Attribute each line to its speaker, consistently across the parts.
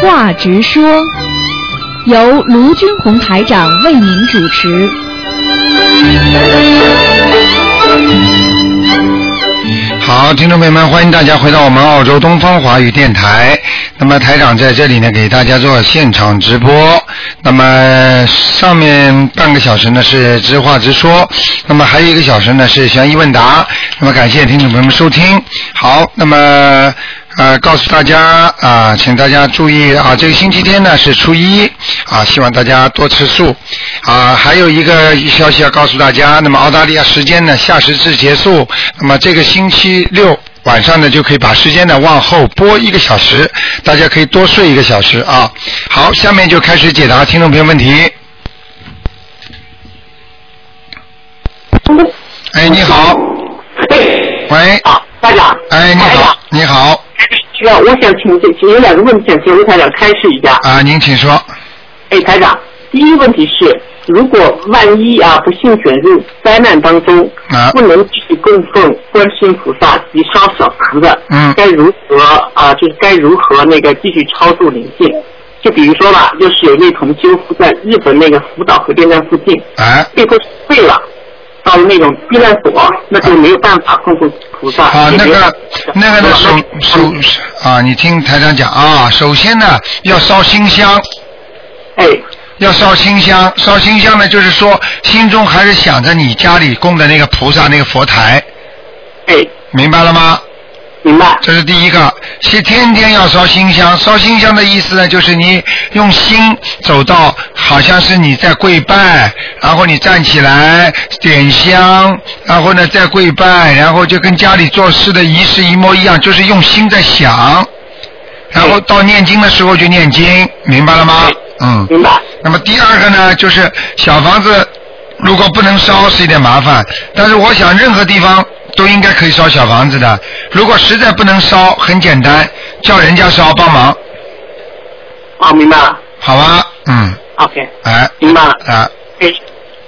Speaker 1: 话直说，由卢军红台长为您主持。
Speaker 2: 好，听众朋友们，欢迎大家回到我们澳洲东方华语电台。那么台长在这里呢，给大家做现场直播。那么上面半个小时呢是直话直说，那么还有一个小时呢是悬疑问答。那么感谢听众朋友们收听。好，那么。呃，告诉大家啊、请大家注意啊，这个星期天呢是初一啊，希望大家多吃素啊。还有一个消息要告诉大家，那么澳大利亚时间呢夏时制结束，那么这个星期六。晚上呢，就可以把时间呢往后拨一个小时，大家可以多睡一个小时啊。好，下面就开始解答听众朋友问题。哎，你好，
Speaker 3: 哎，
Speaker 2: 喂，
Speaker 3: 好，台长，
Speaker 2: 哎，你
Speaker 3: 台
Speaker 2: 好
Speaker 3: 长，哎
Speaker 2: 你好，
Speaker 3: 需要我想请这有两个问题想请卢台长开示一下。
Speaker 2: 啊，您请说，
Speaker 3: 哎，台长，第一个问题是，如果万一啊不幸卷入灾难当中，
Speaker 2: 啊
Speaker 3: 不能继续供奉观世音菩萨及烧小房子，
Speaker 2: 嗯
Speaker 3: 该如何啊？就是该如何那个继续超度灵性？就比如说吧，就是有那同修在日本那个福岛核电站附近，
Speaker 2: 哎。
Speaker 3: 被迫退了。到了那种避难所，那就没有办法供奉菩萨。
Speaker 2: 啊，
Speaker 3: 也
Speaker 2: 那
Speaker 3: 没有
Speaker 2: 个
Speaker 3: 办法
Speaker 2: 那个呢，首
Speaker 3: 嗯
Speaker 2: 首啊，你听台长讲啊，首先呢要烧新香，
Speaker 3: 哎，
Speaker 2: 要烧新香，烧新香呢就是说心中还是想着你家里供的那个菩萨那个佛台，
Speaker 3: 哎，
Speaker 2: 明白了吗？
Speaker 3: 明白。
Speaker 2: 这是第一个，是天天要烧新香。烧新香的意思呢，就是你用心走到，好像是你在跪拜，然后你站起来点香，然后呢再跪拜，然后就跟家里做事的仪式一模一样，就是用心在想。然后到念经的时候就念经，明白了吗？嗯。
Speaker 3: 明白。
Speaker 2: 那么第二个呢，就是小房子如果不能烧是一点麻烦，但是我想任何地方都应该可以烧小房子的。如果实在不能烧，很简单，叫人家烧帮忙，
Speaker 3: 哦，明白了。
Speaker 2: 好吧？嗯，
Speaker 3: OK，
Speaker 2: 哎，
Speaker 3: 明白了。
Speaker 2: 啊，
Speaker 3: 哎，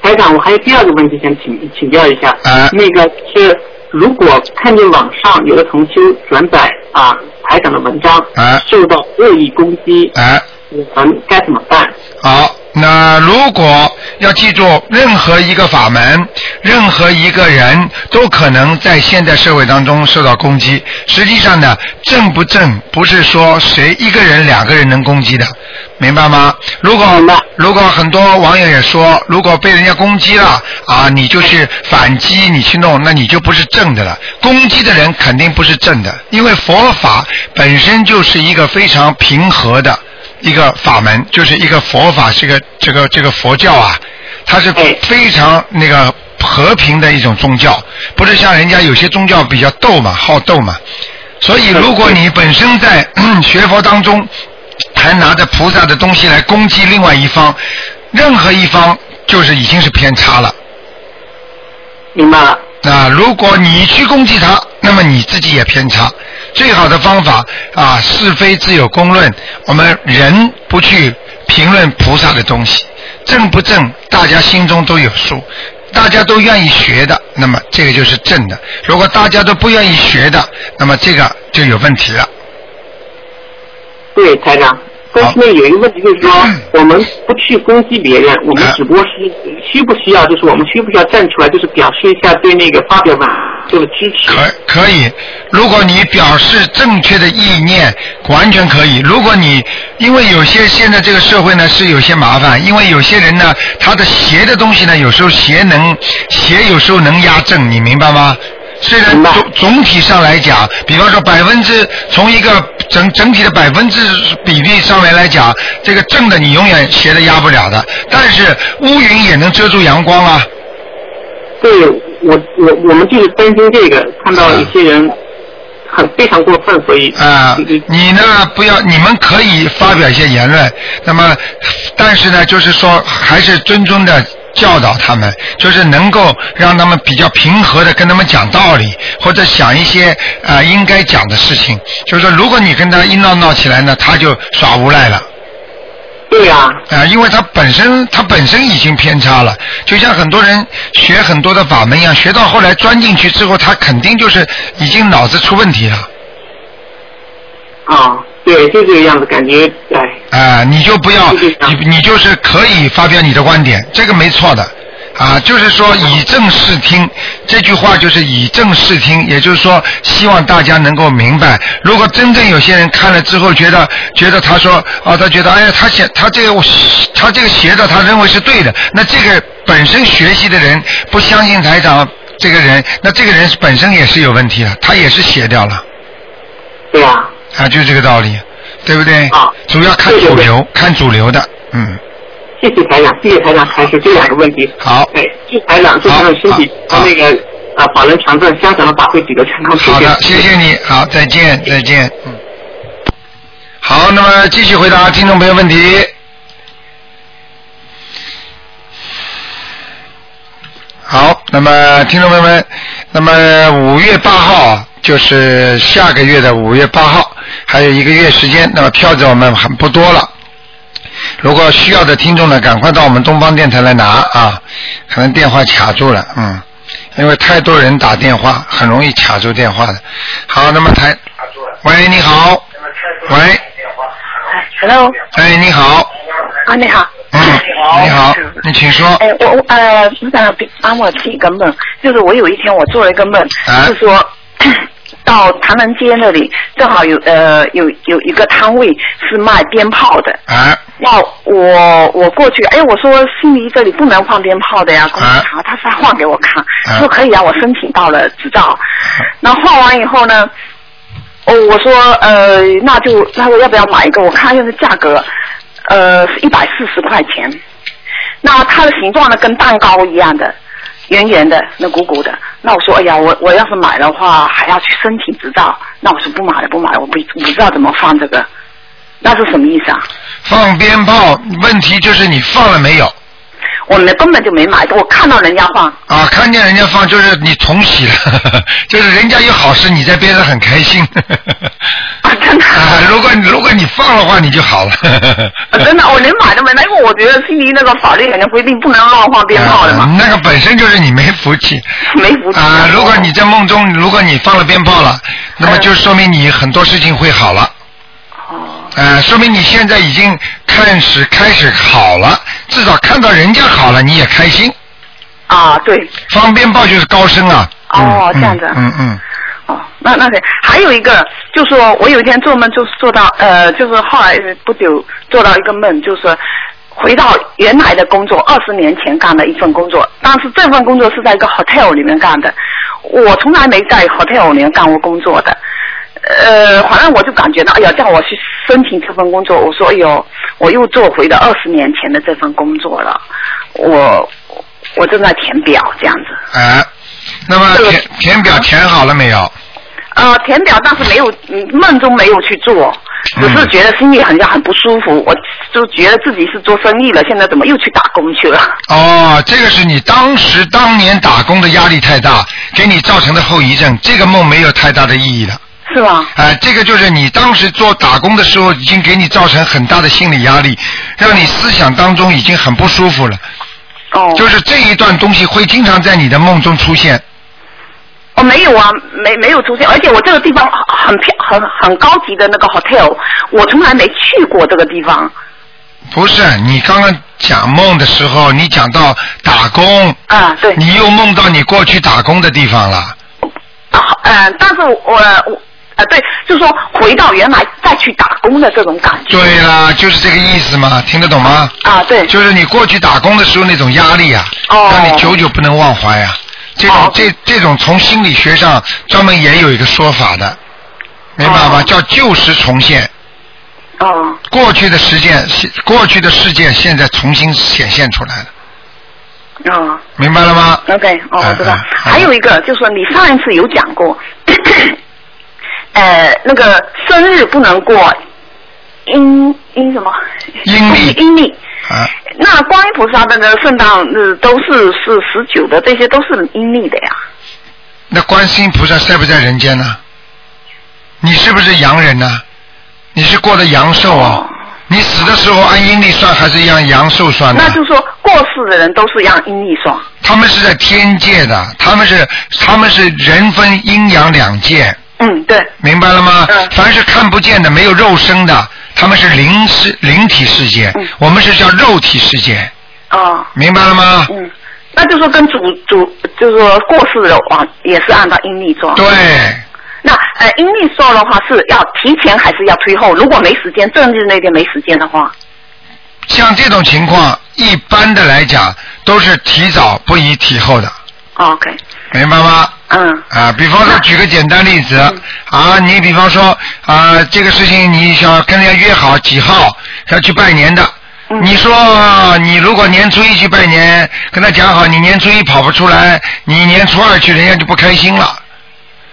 Speaker 3: 台长，我还有第二个问题想请请教一下。
Speaker 2: 哎
Speaker 3: 那个是，如果看见网上有的同修转载啊台长的文章，
Speaker 2: 哎
Speaker 3: 受到恶意攻击，
Speaker 2: 哎，
Speaker 3: 我们该怎么办？
Speaker 2: 好。那如果要记住，任何一个法门，任何一个人都可能在现代社会当中受到攻击。实际上呢，正不正不是说谁一个人、两个人能攻击的，明白吗？如果
Speaker 3: 明白
Speaker 2: 如果很多网友也说，如果被人家攻击了啊，你就是反击，你去弄，那你就不是正的了。攻击的人肯定不是正的，因为佛法本身就是一个非常平和的一个法门，就是一个佛法，是个这个这个佛教啊，它是
Speaker 3: 哎
Speaker 2: 非常那个和平的一种宗教，不是像人家有些宗教比较斗嘛，好斗嘛。所以，如果你本身在 学佛当中，还拿着菩萨的东西来攻击另外一方，任何一方就是已经是偏差了。
Speaker 3: 明白了。
Speaker 2: 那如果你去攻击他，那么你自己也偏差。最好的方法啊，是非自有公论。我们人不去评论菩萨的东西，正不正，大家心中都有数。大家都愿意学的，那么这个就是正的；如果大家都不愿意学的，那么这个就有问题了。
Speaker 3: 对，台长。但是呢，有一个问题就是说，
Speaker 2: 嗯
Speaker 3: 我们不去攻击别人，我们
Speaker 2: 哎
Speaker 3: 只不过是需不需要，就是我们需不需要站出来，就是表示一下对那个发表文这个支持。
Speaker 2: 可可以，如果你表示正确的意念，完全可以。如果你因为有些现在这个社会呢是有些麻烦，因为有些人呢他的邪的东西呢，有时候邪能邪有时候能压正，你明白吗？虽然
Speaker 3: 明白
Speaker 2: 总总体上来讲，比方说百分之从一个整整体的百分之比例上面来讲，这个正的你永远邪的压不了的，但是乌云也能遮住阳光啊。
Speaker 3: 对我我我们就是担心这个，看到
Speaker 2: 嗯
Speaker 3: 一些人很非常过分，所以
Speaker 2: 啊、
Speaker 3: 嗯
Speaker 2: 你呢不要，你们可以发表一些言论，那么，但是呢，就是说还是谆谆的教导他们，就是能够让他们比较平和的跟他们讲道理，或者想一些啊、呃应该讲的事情。就是说，如果你跟他一闹闹起来呢，他就耍无赖了。
Speaker 3: 对呀、
Speaker 2: 啊，因为他本身他本身已经偏差了，就像很多人学很多的法门一样，学到后来钻进去之后，他肯定就是已经脑子出问题了。
Speaker 3: 啊，对，就这个样子，感觉哎，
Speaker 2: 啊、你就不要，
Speaker 3: 是这样
Speaker 2: 你你就是可以发表你的观点，这个没错的。啊，就是说以正视听，这句话就是以正视听，也就是说希望大家能够明白。如果真正有些人看了之后觉得觉得他说啊，他觉得哎呀，他写他这个他这个写的他认为是对的，那这个本身学习的人不相信台长这个人，那这个人本身也是有问题啊，他也是写掉了。
Speaker 3: 对啊，
Speaker 2: 啊，就这个道理，对不对？
Speaker 3: 啊
Speaker 2: 主要看
Speaker 3: 对对
Speaker 2: 主
Speaker 3: 对
Speaker 2: 流，看主流的，嗯，
Speaker 3: 谢谢台长，谢谢台长阐释这两个问题。
Speaker 2: 好，
Speaker 3: 哎，祝台长，祝台长身体
Speaker 2: 好
Speaker 3: 和那个啊法轮长盛，香港的法会取得成功。
Speaker 2: 好的，谢谢你，好，再见，再见，嗯。好，那么继续回答听众朋友问题。好，那么听众朋友们，那么五月八号啊就是下个月的五月八号，还有一个月时间，那么票子我们很不多了。如果需要的听众呢，赶快到我们东方电台来拿啊！可能电话卡住了，嗯，因为太多人打电话，很容易卡住电话的。好，那么台，喂，你好，喂，
Speaker 4: Hello，
Speaker 2: 哎，你好，
Speaker 4: 啊，你好。
Speaker 2: 嗯，你好，你请说，
Speaker 4: 哎，我我呃，你想帮我解一个梦，就是我有一天我做了一个梦，
Speaker 2: 啊
Speaker 4: 就说到唐人街那里正好有呃有有一个摊位是卖鞭炮的，
Speaker 2: 啊，
Speaker 4: 那我我过去，哎，我说悉尼这里不能放鞭炮的呀，公
Speaker 2: 啊
Speaker 4: 司查，他说换给我看，
Speaker 2: 啊
Speaker 4: 说可以啊，我申请到了执照，那换完以后呢，哦，我说呃，那就那我要不要买一个？我看一下这价格，呃，是一百四十块钱。那它的形状呢，跟蛋糕一样的，圆圆的，那鼓鼓的。那我说，哎呀，我我要是买的话，还要去申请执照。那我说不买了，不买了，我不我不知道怎么放这个，那是什么意思啊？
Speaker 2: 放鞭炮，问题就是你放了没有？
Speaker 4: 我们根本就没买，我看到人家放，
Speaker 2: 啊，看见人家放就是你重喜了， 就是人家有好事，你在边上很开心。
Speaker 4: 啊， 真的，
Speaker 2: 啊，如果如果你放的话，你就好了。
Speaker 4: 啊真的，我连买都没买，因为我觉得悉尼那个法律肯定规定不能乱放鞭炮的 嘛，
Speaker 2: 啊那个本身就是你没福气
Speaker 4: 没福气
Speaker 2: 啊！如果你在梦中，如果你放了鞭炮了，那
Speaker 4: 嗯
Speaker 2: 么就说明你很多事情会好了。
Speaker 4: 哦，
Speaker 2: 呃，说明你现在已经开始开始好了，至少看到人家好了，你也开心。
Speaker 4: 啊，对，
Speaker 2: 放鞭炮就是高升啊！
Speaker 4: 哦
Speaker 2: 嗯
Speaker 4: 这样子啊
Speaker 2: 嗯嗯
Speaker 4: 哦，那那得还有一个，就说我有一天做梦，就是做到呃，就是后来不久做到一个梦，就是说回到原来的工作，二十年前干的一份工作，但是这份工作是在一个 hotel 里面干的，我从来没在 hotel 里面干过工作的。呃，反正我就感觉到，哎呀，叫我去申请这份工作，我说，哎呦，我又做回了二十年前的这份工作了，我我正在填表这样子。
Speaker 2: 嗯，哎、那么
Speaker 4: 这个
Speaker 2: 填填表填好了没有？
Speaker 4: 呃，填表，但是没有，嗯，梦中没有去做，只
Speaker 2: 嗯
Speaker 4: 是觉得心里很像很不舒服，我就觉得自己是做生意了，现在怎么又去打工去了？
Speaker 2: 哦，这个是你当时当年打工的压力太大，给你造成的后遗症。这个梦没有太大的意义了。
Speaker 4: 是吧？
Speaker 2: 啊、这个就是你当时做打工的时候，已经给你造成很大的心理压力，让你思想当中已经很不舒服了。
Speaker 4: 哦，
Speaker 2: 就是这一段东西会经常在你的梦中出现。
Speaker 4: 哦，没有啊，没没有出现，而且我这个地方很很漂很很高级的那个 hotel，我从来没去过这个地方。
Speaker 2: 不是，你刚刚讲梦的时候，你讲到打工，
Speaker 4: 啊，对，
Speaker 2: 你又梦到你过去打工的地方了。
Speaker 4: 啊，呃，但是我我呃，对，就是说回到原来再去打工的这种感觉。
Speaker 2: 对啦，就是这个意思嘛，听得懂吗？
Speaker 4: 啊，对，
Speaker 2: 就是你过去打工的时候那种压力啊，
Speaker 4: 哦
Speaker 2: 让你久久不能忘怀啊。这种、
Speaker 4: 哦
Speaker 2: 这这种从心理学上专门也有一个说法的，明白吗？
Speaker 4: 哦
Speaker 2: 叫旧时重现，
Speaker 4: 哦，
Speaker 2: 过去的实践，现过去的事件现在重新显现出来了，
Speaker 4: 哦。
Speaker 2: 明白了吗？
Speaker 4: OK，哦，我知道。
Speaker 2: 嗯嗯
Speaker 4: 还有一个就是说，你上一次有讲过， 呃，那个生日不能过阴阴什么？
Speaker 2: 阴历
Speaker 4: 阴历。
Speaker 2: 啊，
Speaker 4: 那观音菩萨的那个圣诞日都是是十九的，这些都是阴历的呀。
Speaker 2: 那观世音菩萨在不在人间呢？你是不是阳人呢、你是过的阳寿啊？
Speaker 4: 哦
Speaker 2: 你死的时候按阴历算还是按阳寿算呢？
Speaker 4: 那就说过世的人都是让阴历算。
Speaker 2: 他们是在天界的，他们是他们是人分阴阳两界，
Speaker 4: 嗯，对，
Speaker 2: 明白了吗
Speaker 4: 嗯？
Speaker 2: 凡是看不见的、没有肉身的，他们是灵世灵体世界
Speaker 4: 嗯，
Speaker 2: 我们是叫肉体世界，
Speaker 4: 哦，
Speaker 2: 明白了吗？
Speaker 4: 嗯，那就说跟主主就是说过世的啊，也是按照阴历做。
Speaker 2: 对，
Speaker 4: 那呃，阴历做的话是要提前还是要推后？如果没时间，正日那天没时间的话，
Speaker 2: 像这种情况，一般的来讲都是提早不宜提后的，
Speaker 4: 哦，OK，
Speaker 2: 明白吗？
Speaker 4: 嗯
Speaker 2: 啊，比方说
Speaker 4: 那
Speaker 2: 举个简单例子啊，你比方说啊，这个事情你想跟人家约好几号要去拜年的，
Speaker 4: 嗯
Speaker 2: 你说啊你如果年初一去拜年，跟他讲好你年初一跑不出来，你年初二去人家就不开心了。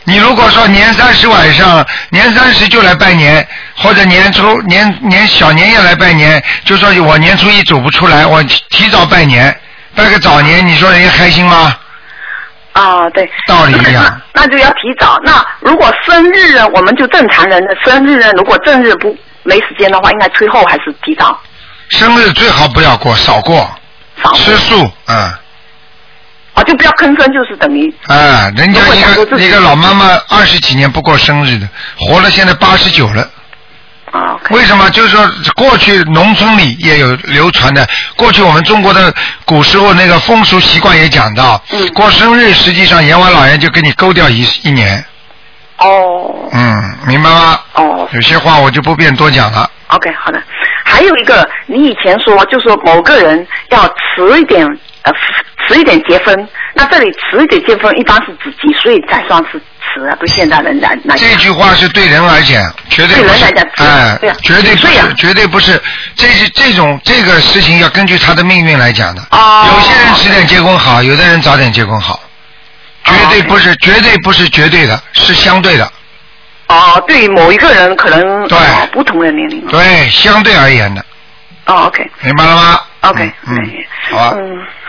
Speaker 2: 你如果说年三十晚上，年三十就来拜年，或者年初年年小年夜来拜年，就说我年初一走不出来，我提提早拜年，拜个早年，你说人家开心吗？
Speaker 4: 啊，对，
Speaker 2: 道理一样。
Speaker 4: 那就要提早。 那如果生日呢，我们就正常人的生日呢，如果正日不没时间的话，应该推后还是提早？
Speaker 2: 生日最好不要过，少过。
Speaker 4: 少
Speaker 2: 吃素，嗯，
Speaker 4: 啊，就不要吭声，就是等于
Speaker 2: 啊，人家一
Speaker 4: 如果想过自
Speaker 2: 个
Speaker 4: 己
Speaker 2: 一个老妈妈二十几年不过生日的，活了现在八十九了，
Speaker 4: 啊，OK，
Speaker 2: 为什么？就是说过去农村里也有流传的，过去我们中国的古时候那个风俗习惯也讲到，
Speaker 4: 嗯
Speaker 2: 过生日实际上阎王老爷就给你勾掉一一年，
Speaker 4: 哦
Speaker 2: 嗯，明白吗？
Speaker 4: 哦
Speaker 2: 有些话我就不便多讲了，
Speaker 4: ，OK，好的。还有一个，你以前说就说某个人要迟一点，呃，迟一点结婚。那这里迟一点结婚，一般是指几岁才算是迟啊？对现在人来来讲
Speaker 2: 这句话是对人而讲，绝对
Speaker 4: 对
Speaker 2: 不
Speaker 4: 人
Speaker 2: 是
Speaker 4: 来讲，对
Speaker 2: 哎
Speaker 4: 对啊，
Speaker 2: 绝对不
Speaker 4: 对呀
Speaker 2: 是，绝对不是，这是这种这个事情要根据他的命运来讲的。
Speaker 4: 哦，
Speaker 2: 有些人迟点结婚好，有的人早点结婚好，绝对不是，绝对不是绝对的，是相对的，
Speaker 4: 哦，对于某一个人可能
Speaker 2: 对
Speaker 4: 哦不同的年龄哦
Speaker 2: 对，相对而言的，
Speaker 4: 哦，OK
Speaker 2: 明白了吗
Speaker 4: OK，
Speaker 2: 嗯，嗯好啊，
Speaker 4: 嗯，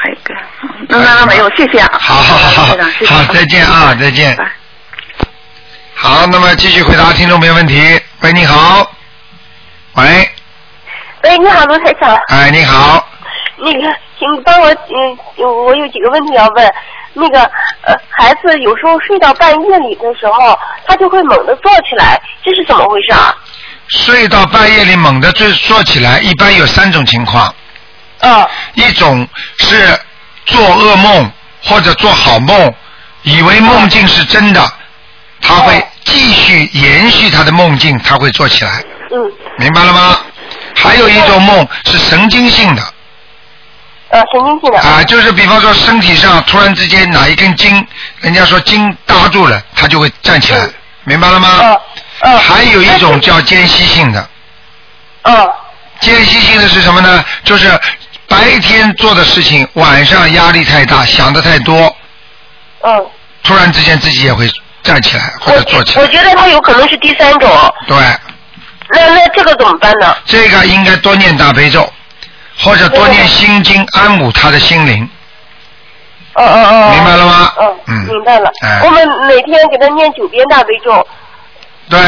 Speaker 4: 还有一个，嗯那那那没有，谢谢啊，
Speaker 2: 好好好
Speaker 4: 台长谢谢嗯
Speaker 2: 好再见啊
Speaker 4: 拜拜
Speaker 2: 再见
Speaker 4: 拜拜
Speaker 2: 好，那么继续回答听众朋友问题。喂，你好，喂，
Speaker 5: 喂，你好，罗台长，
Speaker 2: 哎，你好，
Speaker 5: 那个，请帮我，嗯，有我有几个问题要问。那个，呃，孩子有时候睡到半夜里的时候，他就会猛地坐起来，这是怎么回事啊？
Speaker 2: 睡到半夜里猛地坐坐起来，一般有三种情况，
Speaker 5: 嗯，
Speaker 2: 一种是做噩梦或者做好梦，以为梦境是真的，他会
Speaker 5: 哦
Speaker 2: 继续延续他的梦境，他会做起来，
Speaker 5: 嗯，
Speaker 2: 明白了吗？还有一种梦是神经性的
Speaker 5: 呃，神经性的。
Speaker 2: 啊，就是比方说身体上突然之间哪一根筋，人家说筋搭住了，他就会站起来
Speaker 5: 嗯，
Speaker 2: 明白了吗
Speaker 5: 嗯？嗯。
Speaker 2: 还有一种
Speaker 5: 但是。
Speaker 2: 叫间隙性的，
Speaker 5: 嗯
Speaker 2: 间隙性的是什么呢？就是白天做的事情，晚上压力太大，想的太多，
Speaker 5: 嗯。
Speaker 2: 突然之间自己也会站起来或
Speaker 5: 我
Speaker 2: 者坐起
Speaker 5: 我
Speaker 2: 来。
Speaker 5: 觉得他有可能是第三种，
Speaker 2: 对，
Speaker 5: 那那这个怎么办呢？
Speaker 2: 这个应该多念大悲咒，或者多念心经，安抚他的心灵。
Speaker 5: 嗯嗯嗯。
Speaker 2: 明白了吗
Speaker 5: 嗯，
Speaker 2: 嗯
Speaker 5: 明白了。
Speaker 2: 哎
Speaker 5: 我们每天给他念九遍大悲咒。
Speaker 2: 对，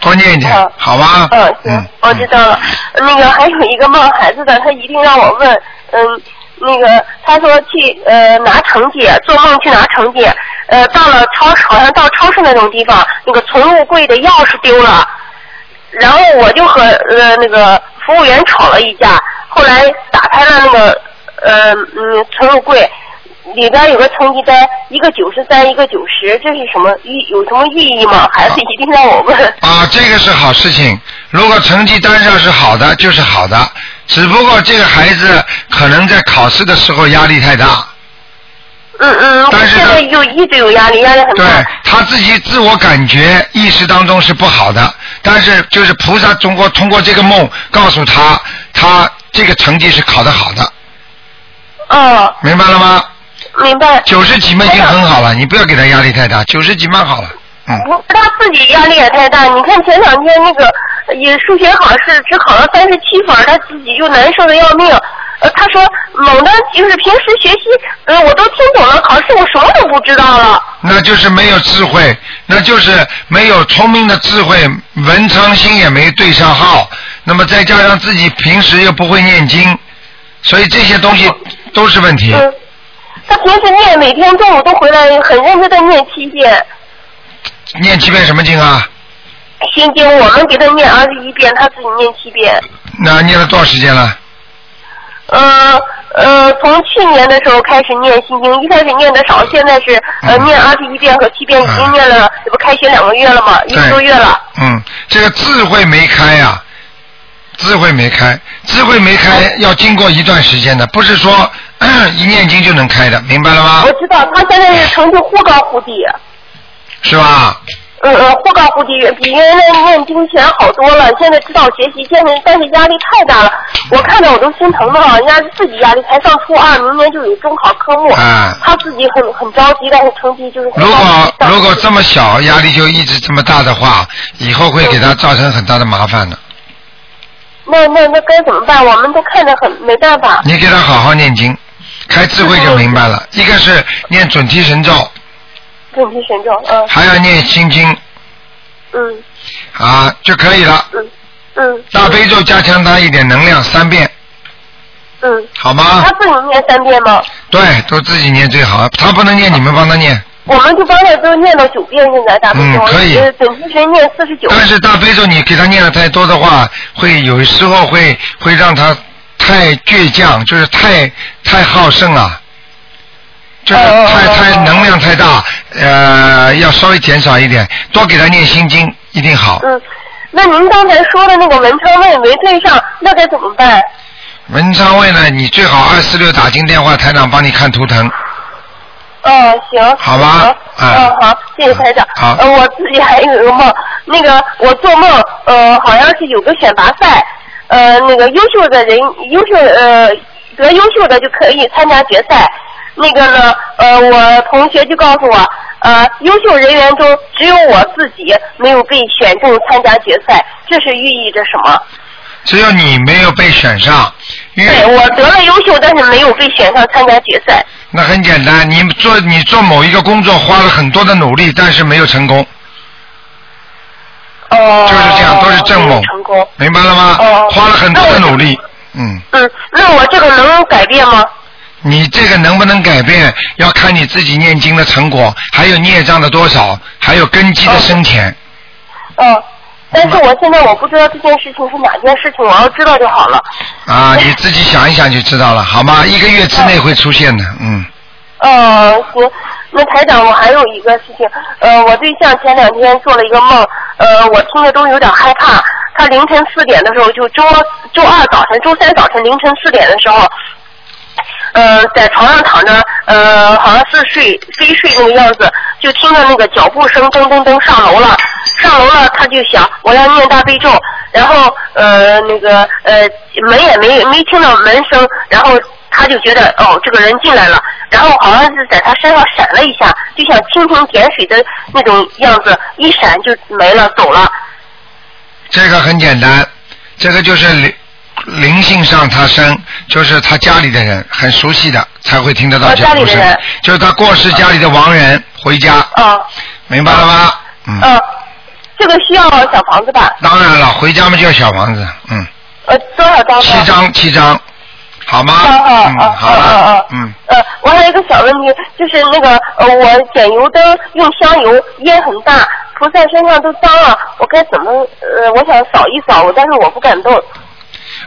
Speaker 2: 多念一点
Speaker 5: 嗯，
Speaker 2: 好吧？
Speaker 5: 嗯，行
Speaker 2: 嗯，，
Speaker 5: 我知道了。那个还有一个梦孩子的，他一定让我问，嗯，那个他说去呃拿成绩，做梦去拿成绩，呃，到了超市，好像到超市那种地方，那个宠物柜的钥匙丢了，然后我就和呃那个服务员吵了一架，后来打开了那个呃嗯宠物柜。里边有个成绩单，一个九十三，一个九十，这是什么意？有什么意义吗？孩子一定让我问。
Speaker 2: 啊，这个是好事情。如果成绩单上是好的，就是好的。只不过这个孩子可能在考试的时候压力太大，
Speaker 5: 嗯嗯，我
Speaker 2: 但是
Speaker 5: 现
Speaker 2: 呢
Speaker 5: 在又一直有压力，压力很
Speaker 2: 对
Speaker 5: 大。
Speaker 2: 他自己自我感觉意识当中是不好的，但是就是菩萨通过通过这个梦告诉他，他这个成绩是考得好的，
Speaker 5: 嗯，
Speaker 2: 明白了吗？
Speaker 5: 明白。
Speaker 2: 九十几嘛已经很好了，你不要给他压力太大，九十几蛮好了，嗯，
Speaker 5: 我他自己压力也太大，你看前两天那个也数学考试只考了三十七分，他自己又难受的要命。呃，他说猛的，就是平时学习，呃，我都听懂了，考试我什么都不知道了。
Speaker 2: 那就是没有智慧，那就是没有聪明的智慧，文昌星也没对上号，那么再加上自己平时又不会念经，所以这些东西都是问题。
Speaker 5: 嗯嗯，他平时念，每天中午都回来很认真的念七遍。
Speaker 2: 念七遍什么经啊？
Speaker 5: 心经我们给他念二十一遍，他自己念七遍。
Speaker 2: 那念了多少时间了？
Speaker 5: 呃呃，从去年的时候开始念心经，一开始念的少，现在是呃
Speaker 2: 嗯
Speaker 5: 念二十一遍和七遍，已
Speaker 2: 嗯
Speaker 5: 经念了，这不开学两个月了吗？一个多月了。
Speaker 2: 嗯，这个智慧没开呀、智慧没开，智慧没开要经过一段时间的，不是说、 一念经就能开的，明白了吗
Speaker 5: 我？知道他现在是成绩忽高忽低，
Speaker 2: 是吧？
Speaker 5: 嗯嗯，忽高忽低，比原来念经前好多了。现在知道学习，现在但是压力太大了，
Speaker 2: 嗯
Speaker 5: 我看着我都心疼的慌，人家自己压力才上初二，明年就有中考科目，
Speaker 2: 啊
Speaker 5: 他自己很很着急，但是成绩就是忽高
Speaker 2: 如果
Speaker 5: 忽低
Speaker 2: 如果这么小压力就一直这么大的话，以后会给他造成很大的麻烦的。
Speaker 5: 那那那该怎么办？我们都看着很没办法。
Speaker 2: 你给他好好念经，开智慧就明白了。一个是念准提神咒，
Speaker 5: 准提神咒，嗯
Speaker 2: 还要念心经
Speaker 5: 嗯
Speaker 2: 啊就可以了。
Speaker 5: 嗯嗯
Speaker 2: 大悲咒加强他一点能量，三遍，
Speaker 5: 嗯。
Speaker 2: 好吗
Speaker 5: 他？自己念三遍吗？
Speaker 2: 对，都自己念最好，他不能念，你们帮他念。
Speaker 5: 我们就刚才都念到九遍，现在大悲咒，
Speaker 2: 嗯可以
Speaker 5: 呃准提神念四十九。
Speaker 2: 但是大悲咒你给他念的太多的话，会有时候会会让他太倔强，就是太太好胜啊，就是太
Speaker 5: 哦哦哦
Speaker 2: 太能量太大，呃，要稍微减少一点，多给他念心经一定好。
Speaker 5: 嗯，那您刚才说的那个文昌位没对上，那该怎么办？
Speaker 2: 文昌位呢，你最好二四六打进电话，台长帮你看图腾。
Speaker 5: 嗯，行，
Speaker 2: 好吧
Speaker 5: 嗯，
Speaker 2: 哎
Speaker 5: 嗯好，谢谢台长。
Speaker 2: 好
Speaker 5: 呃，我自己还有一个梦，那个我做梦，呃，好像是有个选拔赛，呃，那个优秀的人，优秀呃得优秀的就可以参加决赛。那个呢，呃，我同学就告诉我，呃，优秀人员中只有我自己没有被选中参加决赛，这是寓意着什么？
Speaker 2: 只有你没有被选上，因
Speaker 5: 对
Speaker 2: 为
Speaker 5: 我得了优秀，但是没有被选上参加决赛。
Speaker 2: 那很简单，你做你做某一个工作花了很多的努力，但是没有成功，
Speaker 5: 哦，
Speaker 2: 就是这样，都是正
Speaker 5: 没
Speaker 2: 梦
Speaker 5: 有哦成功。，
Speaker 2: 明白了吗？
Speaker 5: 哦
Speaker 2: 花了很多的努力，嗯，
Speaker 5: 嗯，那我这个能改变吗？
Speaker 2: 你这个能不能改变，要看你自己念经的成果，还有孽障的多少，还有根基的深浅，
Speaker 5: 嗯，但是我现在我不知道这件事情是哪件事情，我要知道就好了。
Speaker 2: 啊，你自己想一想就知道了，好吗？一个月之内会出现的，嗯，
Speaker 5: 嗯，行。那台长，我还有一个事情，呃，我对象前两天做了一个梦，呃，我听着都有点害怕。他凌晨四点的时候，就周周二早晨、周三早晨凌晨四点的时候，呃，在床上躺着，呃，好像是睡非睡那个样子，就听到那个脚步声噔噔噔上楼了，上楼了，他就想我要念大悲咒，然后呃那个呃门也没没听到门声，然后他就觉得哦这个人进来了，然后好像是在他身上闪了一下，就像蜻蜓点水的那种样子，一闪就没了走了。
Speaker 2: 这个很简单，这个就是灵灵性上他生，就是他家里的人很熟悉的才会听得到
Speaker 5: 哦
Speaker 2: 脚
Speaker 5: 家里
Speaker 2: 步
Speaker 5: 的
Speaker 2: 声
Speaker 5: 人，
Speaker 2: 就是他过世家里的亡人回家，
Speaker 5: 啊
Speaker 2: 明白了吗？嗯，
Speaker 5: 嗯，这个需要小房子吧？
Speaker 2: 当然了，回家嘛就要小房子，嗯，
Speaker 5: 呃，多少张呢？
Speaker 2: 七张七张，好吗？
Speaker 5: 好好
Speaker 2: 嗯，
Speaker 5: 好
Speaker 2: 好
Speaker 5: 好
Speaker 2: 了
Speaker 5: 好，
Speaker 2: 嗯，
Speaker 5: 呃，我还有一个小问题，就是那个呃，我点油灯用香油，烟很大，菩萨身上都脏了，我该怎么呃，我想扫一扫，但是我不敢动。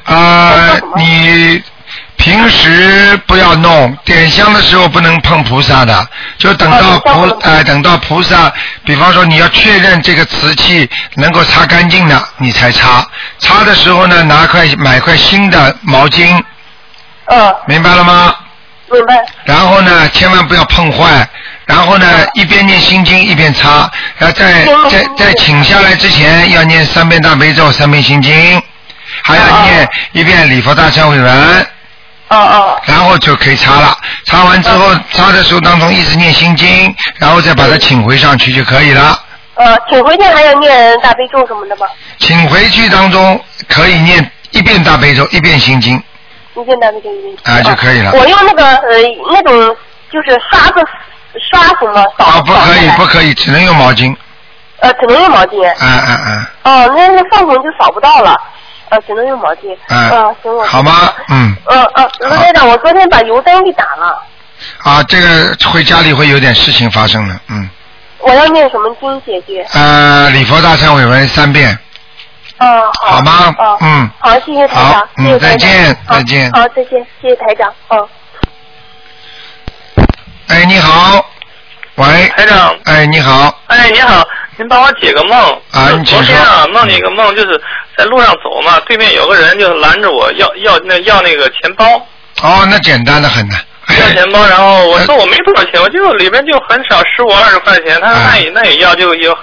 Speaker 2: 呃
Speaker 5: 我说什，么
Speaker 2: 你平时不要弄，点香的时候不能碰菩萨的，就等到
Speaker 5: 哦点香
Speaker 2: 菩
Speaker 5: 不能碰
Speaker 2: 哎、等到菩萨，比方说你要确认这个瓷器能够擦干净的，你才擦。擦的时候呢，拿块买块新的毛巾，
Speaker 5: 嗯，
Speaker 2: 明白了吗？
Speaker 5: 明白。
Speaker 2: 然后呢，千万不要碰坏。然后呢，
Speaker 5: 啊
Speaker 2: 一边念心经一边擦，然后在
Speaker 5: 嗯
Speaker 2: 在在请下来之前要念三遍大悲咒，三遍心经，还要念一遍礼佛大忏悔文，
Speaker 5: 哦哦
Speaker 2: 然后就可以擦了。擦完之后，
Speaker 5: 啊
Speaker 2: 擦的时候当中一直念心经，然后再把它请回上去就可以了。
Speaker 5: 呃，请回去还要念大悲咒什么的吗？
Speaker 2: 请回去当中可以念一遍大悲咒，一遍心经。
Speaker 5: 一遍大悲咒一遍。
Speaker 2: 啊就可以了
Speaker 5: 我用那个呃那种就是刷子刷什么扫。
Speaker 2: 啊，不可以，
Speaker 5: 扫
Speaker 2: 不
Speaker 5: 出来
Speaker 2: 可以，只能用毛巾。
Speaker 5: 呃，只能用毛巾。
Speaker 2: 啊啊啊！
Speaker 5: 哦，那那放红就扫不到了，呃，只能用毛巾。
Speaker 2: 嗯
Speaker 5: 嗯，行，我
Speaker 2: 好吗？嗯。
Speaker 5: 嗯嗯，卢
Speaker 2: 好
Speaker 5: 台长，我昨天把油灯给打了。
Speaker 2: 啊，这个回家里会有点事情发生的，嗯，
Speaker 5: 我要念什么经，姐姐？
Speaker 2: 呃，礼佛大忏悔文三遍，
Speaker 5: 嗯，
Speaker 2: 好吗
Speaker 5: 嗯，
Speaker 2: 嗯
Speaker 5: 好，谢谢台
Speaker 2: 好
Speaker 5: 长，
Speaker 2: 嗯
Speaker 5: 谢谢台
Speaker 2: 再见
Speaker 5: 长，好
Speaker 2: 再见
Speaker 5: 好，再见，谢谢台长，嗯。
Speaker 2: 哎，你好，喂，
Speaker 6: 台长，
Speaker 2: 哎，你好，
Speaker 6: 哎，你好，您帮我解个梦。
Speaker 2: 啊
Speaker 6: 就
Speaker 2: 你请
Speaker 6: 昨天啊
Speaker 2: 说，
Speaker 6: 梦见一个梦，就是在路上走嘛，对面有个人就拦着我要要那要那个钱包，
Speaker 2: 哦，那简单的很呢、
Speaker 6: 要钱包，然后
Speaker 2: 哎
Speaker 6: 我说我没多少钱，我就里面就很少十五二十块钱，他
Speaker 2: 啊
Speaker 6: 说那也那也要就有，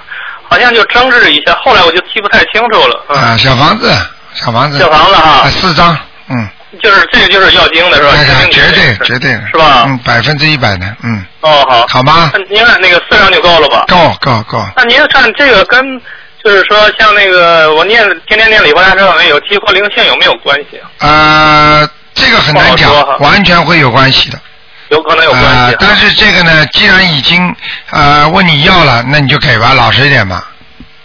Speaker 6: 好像就争执一下，后来我就记不太清楚了。
Speaker 2: 啊，小房子，小房子，
Speaker 6: 小房子哈
Speaker 2: 啊，四张，嗯，
Speaker 6: 嗯，就是这个就是要经的是吧？
Speaker 2: 那
Speaker 6: 要
Speaker 2: 个
Speaker 6: 经
Speaker 2: 绝对
Speaker 6: 是
Speaker 2: 绝对的
Speaker 6: 是吧？
Speaker 2: 嗯，百分之一百的，嗯，
Speaker 6: 哦，好，
Speaker 2: 好吗
Speaker 6: 那？您看那个四张就够了吧？
Speaker 2: 够够够，
Speaker 6: 那您看这个跟就是说像那个我念天天念礼佛大忏悔文有激活灵性有没有关系啊？
Speaker 2: 呃，这个很难讲
Speaker 6: 不好说哈，
Speaker 2: 完全会有关系的。
Speaker 6: 有可能有关
Speaker 2: 啊、
Speaker 6: 系啊。
Speaker 2: 但是这个呢，既然已经呃问你要了，那你就给吧，老实一点嘛，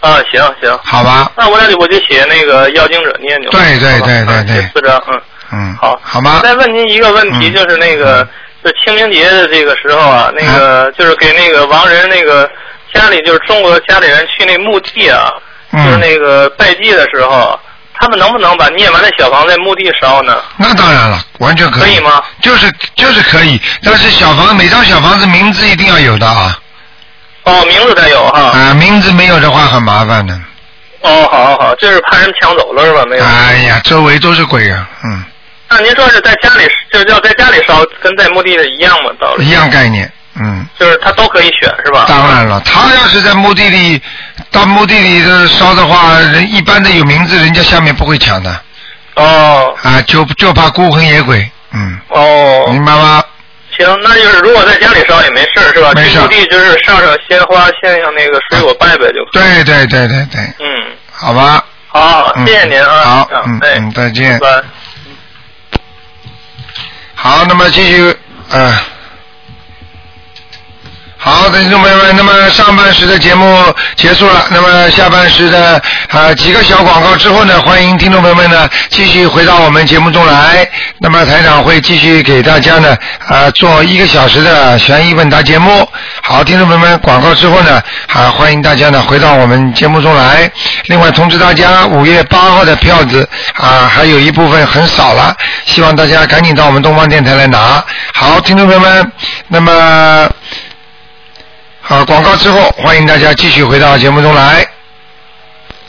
Speaker 6: 啊，行行，
Speaker 2: 好吧？
Speaker 6: 那我那就我就写那个要经者念就好
Speaker 2: 对对对
Speaker 6: 好吧
Speaker 2: 对对
Speaker 6: 嗯写四张嗯。
Speaker 2: 嗯，
Speaker 6: 好，
Speaker 2: 好吗？
Speaker 6: 再问您一个问题，
Speaker 2: 嗯
Speaker 6: 就是那个，就清明节的这个时候啊，那个就是给那个亡人那个家里，就是中国家里人去那墓地啊，
Speaker 2: 嗯
Speaker 6: 就是那个拜祭的时候，他们能不能把念完的小房在墓地烧呢？
Speaker 2: 那当然了，完全可以。
Speaker 6: 可以吗？
Speaker 2: 就是就是可以，但是小房每张小房子名字一定要有的啊，
Speaker 6: 哦，名字得有
Speaker 2: 啊、
Speaker 6: 哈。
Speaker 2: 名字没有的话很麻烦的。
Speaker 6: 哦，好好好，这是怕人抢走了是吧？没有。
Speaker 2: 哎呀，周围都是鬼啊，嗯，
Speaker 6: 那您说是在家里，就是要在家里烧，跟在墓地的一样吗？道理
Speaker 2: 一样概念，嗯。
Speaker 6: 就是他都可以选是吧？
Speaker 2: 当然了，他要是在墓地里，到墓地里的烧的话，人一般的有名字，人家下面不会抢的
Speaker 6: 哦
Speaker 2: 啊，就就怕孤魂野鬼，嗯，
Speaker 6: 哦。
Speaker 2: 明白吗？
Speaker 6: 行，那就是如果在家里烧也没事儿是吧？
Speaker 2: 没事
Speaker 6: 去墓地就是上上鲜花，献上那个水果拜拜就。。
Speaker 2: 对对对对对，
Speaker 6: 嗯，
Speaker 2: 好吧，
Speaker 6: 好，
Speaker 2: 嗯
Speaker 6: 谢谢您啊。
Speaker 2: 好
Speaker 6: 啊
Speaker 2: 嗯
Speaker 6: 哎
Speaker 2: 嗯再见
Speaker 6: 拜拜。
Speaker 2: 好，那么继续，呃，好，听众朋友们，那么上半时的节目结束了，那么下半时的呃几个小广告之后呢，欢迎听众朋友们呢继续回到我们节目中来。那么台长会继续给大家呢呃做一个小时的悬疑问答节目。好，听众朋友们，广告之后呢啊欢迎大家呢回到我们节目中来。另外通知大家，五月八号的票子啊还有一部分很少了，希望大家赶紧到我们东方电台来拿。好，听众朋友们，那么。好，广告之后，欢迎大家继续回到节目中来。